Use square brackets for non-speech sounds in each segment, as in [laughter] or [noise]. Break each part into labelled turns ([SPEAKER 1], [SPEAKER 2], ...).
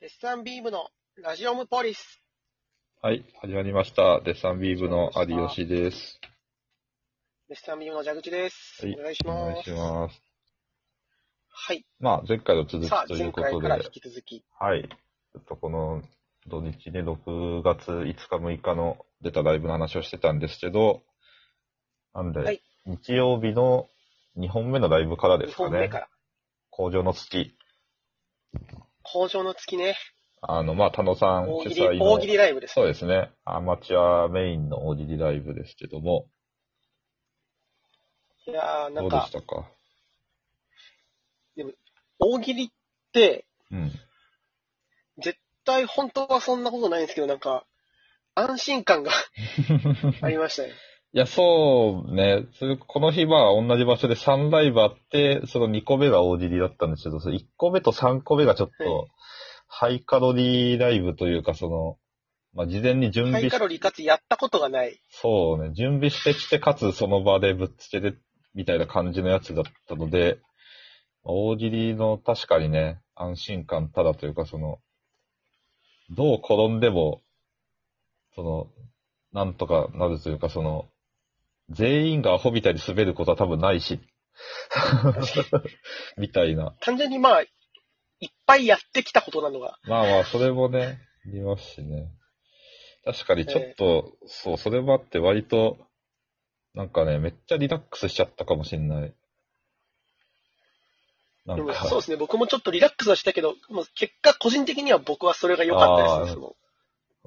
[SPEAKER 1] デッサンビームのラジオムポリス。
[SPEAKER 2] はい、始まりました。デッサンビーブの有吉です。
[SPEAKER 1] デッサンビームの蛇口です。
[SPEAKER 2] はい
[SPEAKER 1] お願いし
[SPEAKER 2] お
[SPEAKER 1] ま
[SPEAKER 2] 願い
[SPEAKER 1] す。
[SPEAKER 2] します。
[SPEAKER 1] はい。
[SPEAKER 2] まあ、前回の続
[SPEAKER 1] さ
[SPEAKER 2] き
[SPEAKER 1] あ、
[SPEAKER 2] とい
[SPEAKER 1] 前
[SPEAKER 2] うこ
[SPEAKER 1] 回
[SPEAKER 2] とで、
[SPEAKER 1] から
[SPEAKER 2] は
[SPEAKER 1] 引き
[SPEAKER 2] い。
[SPEAKER 1] 続き。
[SPEAKER 2] ちょっとこの土日ね、6月5日、6日の出たライブの話をしてたんですけど、なんで、
[SPEAKER 1] はい
[SPEAKER 2] 日曜日の2本目のライブからで
[SPEAKER 1] 2
[SPEAKER 2] すか
[SPEAKER 1] 本目
[SPEAKER 2] ね
[SPEAKER 1] か。ら。
[SPEAKER 2] 工場の月。
[SPEAKER 1] 工場の月ね。
[SPEAKER 2] あの、まあ、田野さん
[SPEAKER 1] 大
[SPEAKER 2] 主
[SPEAKER 1] 喜
[SPEAKER 2] 催
[SPEAKER 1] 利、
[SPEAKER 2] の
[SPEAKER 1] 大喜利ライブです。
[SPEAKER 2] そうですね。アマチュアメインの大喜利ライブですけども、
[SPEAKER 1] いやー、な
[SPEAKER 2] ど
[SPEAKER 1] ん
[SPEAKER 2] うで
[SPEAKER 1] か
[SPEAKER 2] し、たか
[SPEAKER 1] 大喜利って、
[SPEAKER 2] うん。
[SPEAKER 1] 絶対本当はそんなことないんですけど、なんか、安心感が [laughs] ありましたね。
[SPEAKER 2] いや、そうね。それこの日は同じ場所で3ライブあって、その2個目が大喜利だったんですけど、その1個目と3個目がちょっ
[SPEAKER 1] は
[SPEAKER 2] と、ハイカロリーライブというか、その、まあ、事前に準
[SPEAKER 1] ハ
[SPEAKER 2] 備
[SPEAKER 1] イ
[SPEAKER 2] し
[SPEAKER 1] カロリーかつやったことがない。
[SPEAKER 2] そうね、準備してきて、かつその場でぶっつけて、みたいな感じのやつだったので、まあ大喜利の確かにね、安心感ただというか、その、どう転んでも、その、なんとかなるというか、その、全員がアホみたいに滑ることは多分ないし、みたいな。
[SPEAKER 1] 単純にまあ、いっぱいやってきたことなのが、
[SPEAKER 2] まあまあ、それもね、ありますしね。確かにちょっと、そう、それもあって割と、なんかね、めっちゃリラックスしちゃったかもしれない。な
[SPEAKER 1] で
[SPEAKER 2] ん
[SPEAKER 1] も
[SPEAKER 2] か、
[SPEAKER 1] そうですね、僕もちょっとリラックスはしたけど、もう結果、個人的には僕はそれが良かったで
[SPEAKER 2] あー
[SPEAKER 1] す、ね。
[SPEAKER 2] ちょ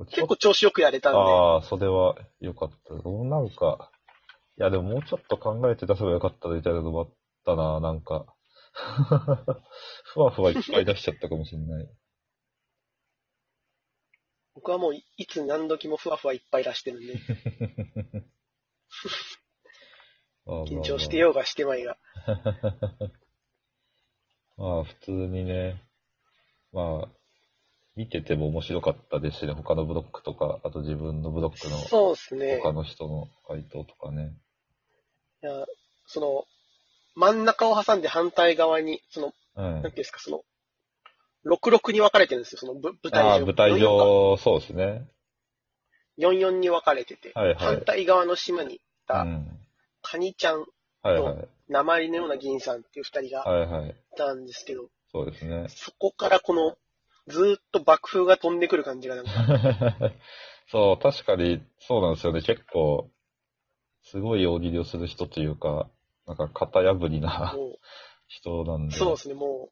[SPEAKER 1] 結
[SPEAKER 2] っと
[SPEAKER 1] 構調子よくやれたんで。
[SPEAKER 2] ああ、それは良かった。どうなんか、いやでももうちょっと考えて出せばよかったみたいなのもあったな、なんか。ふわふわいっぱい出しちゃったかもしれない。
[SPEAKER 1] 僕はもういいつ何時もふわふわいっぱい出してるん
[SPEAKER 2] [laughs]
[SPEAKER 1] で、
[SPEAKER 2] あーまあまあ
[SPEAKER 1] 緊張してようがしてまいが。
[SPEAKER 2] まあ、普通にね、まあ、見てても面白かったですしね、他のブロックとか、あと自分のブロックの
[SPEAKER 1] そうですね。
[SPEAKER 2] 他の人の回答とかね。
[SPEAKER 1] いやその、真ん中を挟んで反対側に、その、
[SPEAKER 2] うん
[SPEAKER 1] なんていうん。ですか、その、66に分かれてるんですよ、そのぶ舞
[SPEAKER 2] あ
[SPEAKER 1] 台
[SPEAKER 2] あ、
[SPEAKER 1] 上。
[SPEAKER 2] 舞台上、そうですね。
[SPEAKER 1] 44に分かれてて、
[SPEAKER 2] はいはい
[SPEAKER 1] 反対側の島にいうた、
[SPEAKER 2] ん。
[SPEAKER 1] カニちゃん、
[SPEAKER 2] はいはい。
[SPEAKER 1] 鉛のような銀さんっていう二人が
[SPEAKER 2] はいはい。
[SPEAKER 1] いたんですけど、
[SPEAKER 2] そうですね。 [laughs]
[SPEAKER 1] そこからこの、ずーっと爆風が飛んでくる感じがなんか、
[SPEAKER 2] そう、確かに、そうなんですよね。結構、すごい大喜利をする人というか、なんか型破りな
[SPEAKER 1] も
[SPEAKER 2] 人なん
[SPEAKER 1] う、
[SPEAKER 2] で、
[SPEAKER 1] そうですね、も、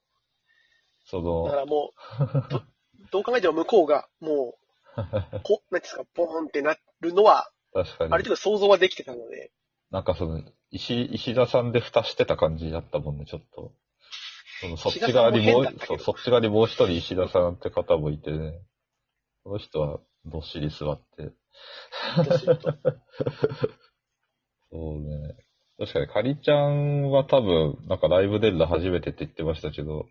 [SPEAKER 2] そう
[SPEAKER 1] だから
[SPEAKER 2] の、
[SPEAKER 1] もう、どどう考えても向こうが、もう、
[SPEAKER 2] [laughs]
[SPEAKER 1] こう、なんていうんですか、ポーンってなるのは、
[SPEAKER 2] 確かに
[SPEAKER 1] ある。程度想像はできてたので、
[SPEAKER 2] なんかその、石、石田さんで蓋してた感じだったもんね、ちょっと。そのそっち側にも
[SPEAKER 1] 石田さん
[SPEAKER 2] う
[SPEAKER 1] も変だった、け
[SPEAKER 2] そう
[SPEAKER 1] ど
[SPEAKER 2] そっち側にもう一人石田さんって方もいてね。この人はどっしり座って。
[SPEAKER 1] どうすると。
[SPEAKER 2] そうね。確かに、かりちゃんは多分、なんかライブ出るの初めてって言ってましたけど、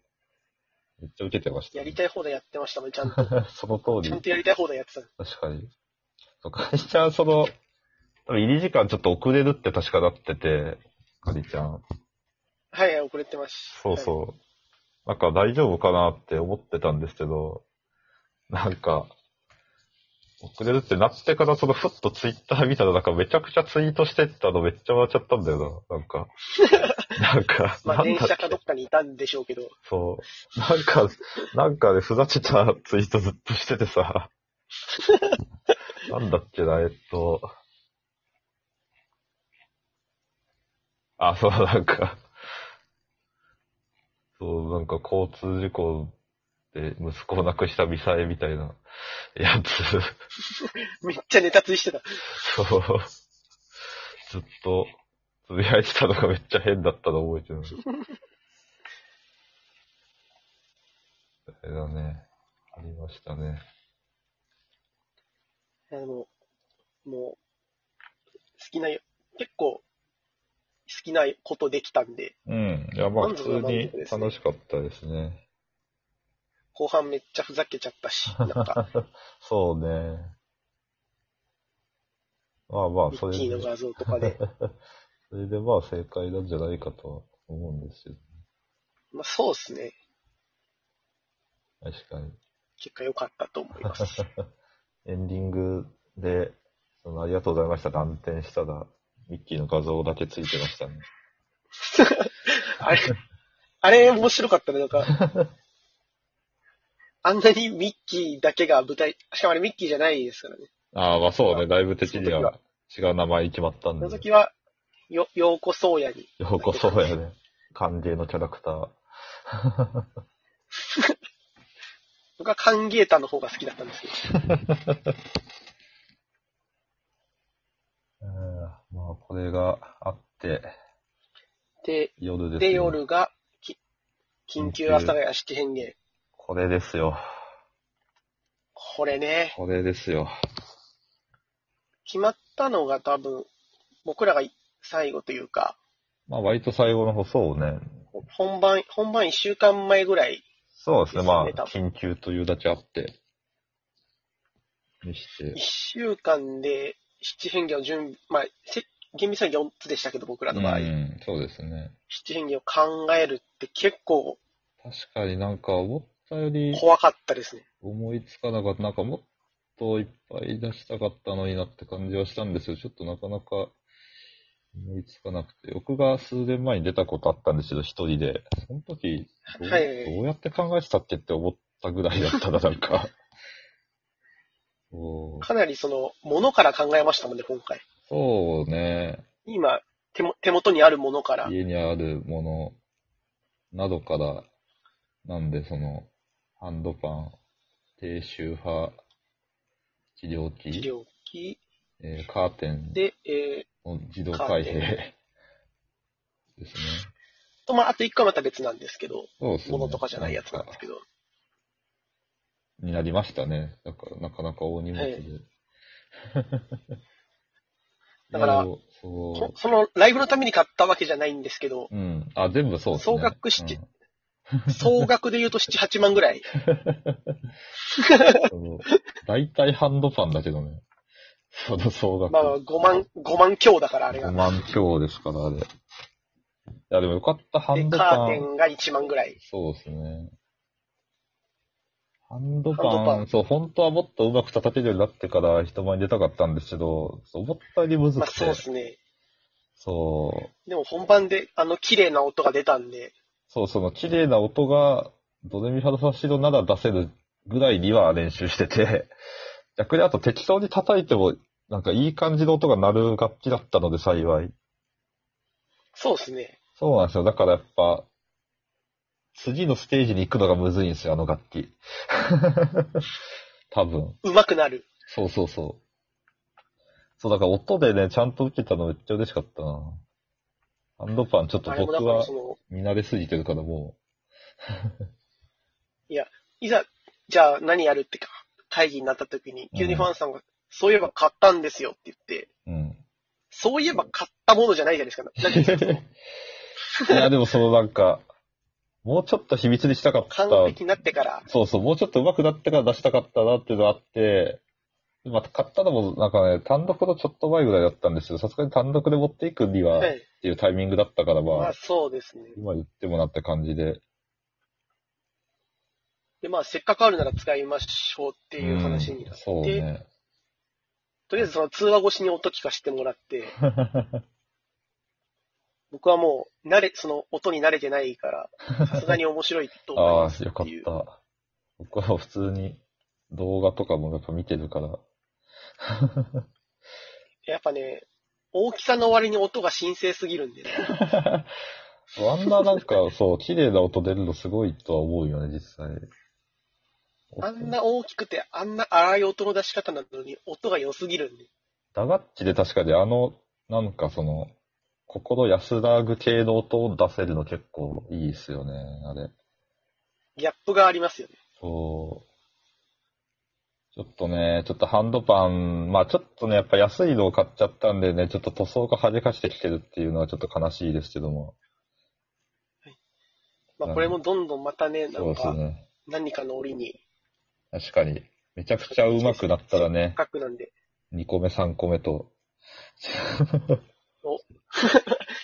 [SPEAKER 2] めっちゃ受けてました、
[SPEAKER 1] やり
[SPEAKER 2] ね。
[SPEAKER 1] たい放題やってましたもん、ちゃんと。
[SPEAKER 2] [laughs] その通
[SPEAKER 1] ちゃん
[SPEAKER 2] り、
[SPEAKER 1] とやりたい放題やってた。
[SPEAKER 2] 確かに。そうかりちゃん、その、多分入り時間ちょっと遅れるって確かなってて、かりちゃん。
[SPEAKER 1] はいはい、遅れてました。
[SPEAKER 2] そうそう。なんか大丈夫かなって思ってたんですけど、なんか、遅れるってなってからそのふっとツイッター見たらなんかめちゃくちゃツイートしてったのめっちゃ笑っちゃったんだよな、な
[SPEAKER 1] [laughs]
[SPEAKER 2] んか。なんか、
[SPEAKER 1] ま
[SPEAKER 2] な
[SPEAKER 1] あ、
[SPEAKER 2] ん
[SPEAKER 1] 電
[SPEAKER 2] だっ
[SPEAKER 1] 車かど
[SPEAKER 2] け
[SPEAKER 1] っかにいたんでしょうけど、
[SPEAKER 2] そう。なんか、なんかね、ふざけたツイートずっとしててさ。なんだっけな、えっと。あ、そう、なんか。そう、なんか交通事故で息子を亡くしたミサエみたいなやつ。
[SPEAKER 1] めっちゃネタついしてた。
[SPEAKER 2] そう。ずっと、つぶやいてたのがめっちゃ変だったの覚えてる。あれだね。ありましたね。
[SPEAKER 1] あの、もう、好きなよ、結構、好きなことできたんで、
[SPEAKER 2] うん。いや、まあ、普
[SPEAKER 1] 満
[SPEAKER 2] 通
[SPEAKER 1] 足な
[SPEAKER 2] に
[SPEAKER 1] 満足ですね
[SPEAKER 2] 楽しかったですね。
[SPEAKER 1] 後半めっちゃふざけちゃったし、なんか、
[SPEAKER 2] そうね。まあ [laughs] まあ、
[SPEAKER 1] ミ
[SPEAKER 2] そ
[SPEAKER 1] ッ
[SPEAKER 2] れ
[SPEAKER 1] キーの
[SPEAKER 2] で、
[SPEAKER 1] 画像とかで。
[SPEAKER 2] それでまあ正解なんじゃないかとは思うんですよ。
[SPEAKER 1] まあ、そうっすね。
[SPEAKER 2] 確かに。
[SPEAKER 1] 結果良かったと思います。
[SPEAKER 2] エンディングで、そのありがとうございましたって暗転したら、ミッキーの画像だけついてましたね。
[SPEAKER 1] あれ、あれ面白かったね、なんか。
[SPEAKER 2] [laughs]
[SPEAKER 1] あんなにミッキーだけが舞台、しかもあれミッキーじゃないですからね。
[SPEAKER 2] ああ、まあそうね、ライブ的には違う名前決まったん
[SPEAKER 1] そ
[SPEAKER 2] で
[SPEAKER 1] の、時は、よ、ようこそうやに。
[SPEAKER 2] ようこそやね。歓迎のキャラクター。
[SPEAKER 1] 僕はカンゲータの方が好きだったんですけど。
[SPEAKER 2] うんまあ、これがあって、
[SPEAKER 1] で、
[SPEAKER 2] 夜ですね。
[SPEAKER 1] で、夜が、き緊急阿佐ヶ谷式変幻。
[SPEAKER 2] これですよ。
[SPEAKER 1] これね、
[SPEAKER 2] これですよ。
[SPEAKER 1] 決まったのが多分、僕らが最後というか、
[SPEAKER 2] まあ、割と最後の方、そうね。
[SPEAKER 1] 本番、本番1週間前ぐらい、
[SPEAKER 2] そうですね、ま
[SPEAKER 1] ですね
[SPEAKER 2] あ、緊急というだけあって。にして
[SPEAKER 1] 1。週間で七変化を準備、まあ、せ厳密には4つでしたけど、僕らの場合、
[SPEAKER 2] うん、そうですね。
[SPEAKER 1] 七変化を考えるって結構
[SPEAKER 2] 確かになんか思ったより
[SPEAKER 1] 怖かったですね。
[SPEAKER 2] 思いつかなかった。なんかもっといっぱい出したかったのになって感じはしたんですよ。ちょっとなかなか思いつかなくて。僕が数年前に出たことあったんですけど、一人で。その時どう、
[SPEAKER 1] はい
[SPEAKER 2] どうやって考えてたっけって思ったぐらいだったら、なん
[SPEAKER 1] [laughs]
[SPEAKER 2] か。そう
[SPEAKER 1] かなりその、ものから考えましたもんね、今回。
[SPEAKER 2] そうね。
[SPEAKER 1] 今、手も手元にあるものから、
[SPEAKER 2] 家にあるものなどから、なんでその、ハンドパン、低周波治療器、
[SPEAKER 1] 治療器
[SPEAKER 2] えーカーテン
[SPEAKER 1] で、え
[SPEAKER 2] の自動開閉
[SPEAKER 1] カー
[SPEAKER 2] ですね。
[SPEAKER 1] ー、と、まあ、あと1個はまた別なんですけど、
[SPEAKER 2] そうですね。
[SPEAKER 1] ものとかじゃないやつなんですけど、
[SPEAKER 2] になりましたね。だから、なかなか大荷 [laughs] 物で。
[SPEAKER 1] だから
[SPEAKER 2] そう
[SPEAKER 1] そ
[SPEAKER 2] そ
[SPEAKER 1] そのライブのために買ったわけじゃないんですけど、
[SPEAKER 2] う。うん。あ、全部そうですね。
[SPEAKER 1] 総額して
[SPEAKER 2] うん
[SPEAKER 1] 総額で言うと7、8万ぐら
[SPEAKER 2] [laughs]
[SPEAKER 1] い。
[SPEAKER 2] そう大体ハンドパンだけどね。その総額。
[SPEAKER 1] まあ、5万、5万強だから、あれ
[SPEAKER 2] 5
[SPEAKER 1] が。
[SPEAKER 2] 万強ですから、あれ。いや、でもよかった、ハ
[SPEAKER 1] で、
[SPEAKER 2] ンド
[SPEAKER 1] カ
[SPEAKER 2] パ
[SPEAKER 1] ーテ
[SPEAKER 2] ン。
[SPEAKER 1] ンが1万ぐらい。
[SPEAKER 2] そうですね。ハンドパン、
[SPEAKER 1] ハンドパン
[SPEAKER 2] そう、本当はもっとうまく叩けるようになってから人前に出たかったんですけど、そう思ったよりむず
[SPEAKER 1] まあ、
[SPEAKER 2] くて、
[SPEAKER 1] そうですね。
[SPEAKER 2] そう、
[SPEAKER 1] でも本番であの綺麗な音が出たんで、
[SPEAKER 2] そう、その綺麗な音が、ドレミファドサシドなら出せるぐらいには練習してて、 [laughs] 逆にあと適当に叩いても、なんかいい感じの音が鳴る楽器だったので幸い。
[SPEAKER 1] そうですね。
[SPEAKER 2] そうなんですよ。だからやっぱ、次のステージに行くのがむずいんですよ、あの楽器。 [laughs] 多分。
[SPEAKER 1] 上手くなる。
[SPEAKER 2] そうそうそう。そう、だから音でね、ちゃんと受けたのめっちゃ嬉しかったな。ハンドパンちょっと
[SPEAKER 1] あれも
[SPEAKER 2] 僕
[SPEAKER 1] だから
[SPEAKER 2] は
[SPEAKER 1] その、
[SPEAKER 2] 見慣れすぎてるからも
[SPEAKER 1] いざ、じゃあ何やるってか、会議になった時に、急に
[SPEAKER 2] うん
[SPEAKER 1] ファンさんが、そういえば買ったんですよって言って、
[SPEAKER 2] う、うん。 [laughs]
[SPEAKER 1] そういえば買ったものじゃないじゃないですか。なんていうん
[SPEAKER 2] [laughs]
[SPEAKER 1] ですか
[SPEAKER 2] いや、でもそのなんか、もうちょっと秘密にしたかっ
[SPEAKER 1] 完
[SPEAKER 2] た。
[SPEAKER 1] 璧になってから、
[SPEAKER 2] そうそう、もうちょっと上手くなってから出したかったなっていうのがあって、また買ったのもなんかね、単独のちょっと前ぐらいだったんですけど、さすがに単独で持っていくにはっ
[SPEAKER 1] はい。
[SPEAKER 2] ていうタイミングだったから、ま
[SPEAKER 1] ま
[SPEAKER 2] あ
[SPEAKER 1] あ、そうですね。
[SPEAKER 2] 今言ってもなって感じで、
[SPEAKER 1] で、まあ、せっかくあるなら使いましょうっていう話にな
[SPEAKER 2] うん
[SPEAKER 1] って、
[SPEAKER 2] そうね。
[SPEAKER 1] とりあえずその通話越しに音聞かせてもら
[SPEAKER 2] [laughs]
[SPEAKER 1] って、僕はもう、慣れ、その音に慣れてないから、さすがに面白いと思い
[SPEAKER 2] あ
[SPEAKER 1] ま
[SPEAKER 2] [laughs] あ、
[SPEAKER 1] す
[SPEAKER 2] よ
[SPEAKER 1] っ
[SPEAKER 2] か
[SPEAKER 1] て
[SPEAKER 2] っ
[SPEAKER 1] いう。
[SPEAKER 2] た。僕は普通に動画とかもやっぱ見てるから、
[SPEAKER 1] やっぱね、大きさの割に音が神聖すぎるんでね。
[SPEAKER 2] ワンダーな
[SPEAKER 1] [laughs]
[SPEAKER 2] んか、そう、綺麗な音出るのすごいとは思うよね、実際。
[SPEAKER 1] あんな大きくて、あんな荒い音の出し方なのに、音が良すぎるんで。
[SPEAKER 2] 打楽器で確かにあの、なんかその、心安らぐ系の音を出せるの結構いいですよね、あれ。
[SPEAKER 1] ギャップがありますよね。
[SPEAKER 2] そう。ちょっとね、ちょっとハンドパン、まあちょっとね、やっぱ安いのを買っちゃったんでね、ちょっと塗装が恥かしてきてるっていうのはちょっと悲しいですけども。
[SPEAKER 1] まあ、これもどんどんまたね、な
[SPEAKER 2] そうんです
[SPEAKER 1] か、
[SPEAKER 2] ね。
[SPEAKER 1] 何かの折に、
[SPEAKER 2] 確かに。めちゃくちゃ上手くなったらね、
[SPEAKER 1] 角なんで。
[SPEAKER 2] 2個目3個目と。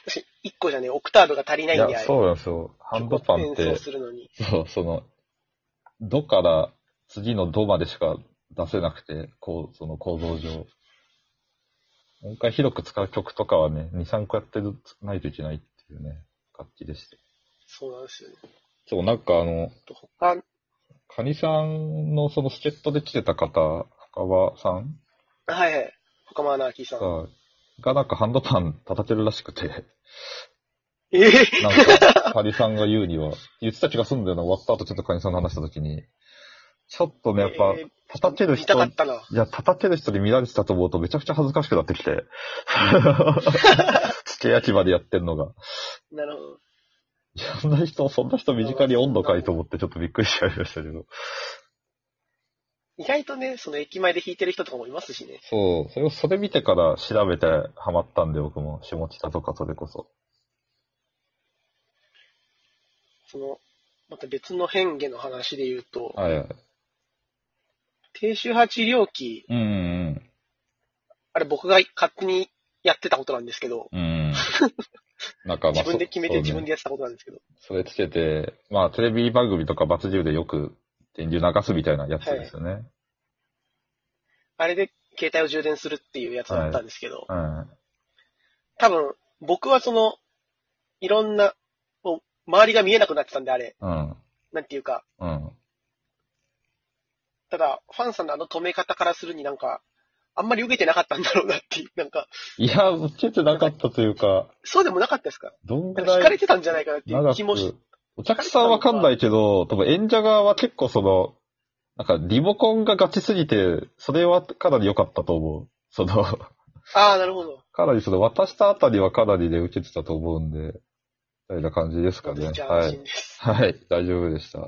[SPEAKER 1] 私、1個じゃね、オクターブが足りないいん
[SPEAKER 2] や
[SPEAKER 1] で、あ、れ
[SPEAKER 2] そうなんですよ。ハンドパンっ
[SPEAKER 1] 曲を
[SPEAKER 2] て
[SPEAKER 1] 演奏、するのに。
[SPEAKER 2] そう、その、ドから次のドまでしか出せなくて、こう、その構造上。もう一回広く使う曲とかはね、2、3個やってないといけないっていうね、楽器でして。
[SPEAKER 1] そうなんですよね。
[SPEAKER 2] そう、なんかあの、
[SPEAKER 1] と他、
[SPEAKER 2] カニさんのその助っ人で来てた方、深場さん
[SPEAKER 1] はいはい。他もアナーキーさん。
[SPEAKER 2] が、がなんかハンドパン叩けるらしくて、
[SPEAKER 1] ええ
[SPEAKER 2] なんか、カニさんが言うには、言ってた気がするんだよな、終わった後ちょっとカニさんの話した時に、ちょっとね、やっぱ
[SPEAKER 1] え、
[SPEAKER 2] 叩ける
[SPEAKER 1] 見たか
[SPEAKER 2] 人、
[SPEAKER 1] っ
[SPEAKER 2] い
[SPEAKER 1] たな。
[SPEAKER 2] や、叩ける人に見られてたと思うとめちゃくちゃ恥ずかしくなって
[SPEAKER 1] [laughs]
[SPEAKER 2] きて、付け焼き場でやってんのが。
[SPEAKER 1] なるほど。
[SPEAKER 2] いやそんな人、そんな人身近に温度かいと思ってちょっとびっくりしちゃいましたけど。
[SPEAKER 1] 意外とね、その駅前で弾いてる人とかもいますしね。
[SPEAKER 2] そう、それを、それ見てから調べてハマったんで、僕も、下北とかそれこそ。
[SPEAKER 1] その、また別の変化の話で言うと、
[SPEAKER 2] はいはい。
[SPEAKER 1] 低周波治療器、
[SPEAKER 2] うんうん
[SPEAKER 1] あれ僕が勝手にやってたことなんですけど、
[SPEAKER 2] うん。うん。なんかまあ、
[SPEAKER 1] 自分で決めて
[SPEAKER 2] そ
[SPEAKER 1] 自
[SPEAKER 2] そう
[SPEAKER 1] 分
[SPEAKER 2] ね
[SPEAKER 1] でやってたことなんですけど、
[SPEAKER 2] それつけて、まあ、テレビ番組とかバツ10でよく電流流すみたいなやつですよね。
[SPEAKER 1] あれで携帯を充電するっていうやつだったんですけど、
[SPEAKER 2] は
[SPEAKER 1] 多分僕はその、いろんな、もう周りが見えなくなってたんであれ、
[SPEAKER 2] い。うん。
[SPEAKER 1] なんていうか、
[SPEAKER 2] うん。
[SPEAKER 1] ただファンさんのあの止め方からするになんか、あんまり受けてなかったんだろうなっていう、 [laughs] なんか、
[SPEAKER 2] いや、つけてなかったというか、
[SPEAKER 1] そうでもなかったですか
[SPEAKER 2] どんぐ
[SPEAKER 1] なんか惹かられ
[SPEAKER 2] い
[SPEAKER 1] てたんじゃないかなっていう
[SPEAKER 2] 長
[SPEAKER 1] 気もし
[SPEAKER 2] く、お客さんわかんないけど、多分演者側は結構その、なんかリモコンがガチすぎて、それはかなり良かったと思う。その、
[SPEAKER 1] ああ、なるほど。
[SPEAKER 2] かなりその渡したあたりはかなりで受けてたと思うんで、みたいな感じです
[SPEAKER 1] 本
[SPEAKER 2] か
[SPEAKER 1] 当
[SPEAKER 2] ね
[SPEAKER 1] にじ。ゃあ
[SPEAKER 2] は
[SPEAKER 1] 安
[SPEAKER 2] い
[SPEAKER 1] 心。です。
[SPEAKER 2] はい、大丈夫でした。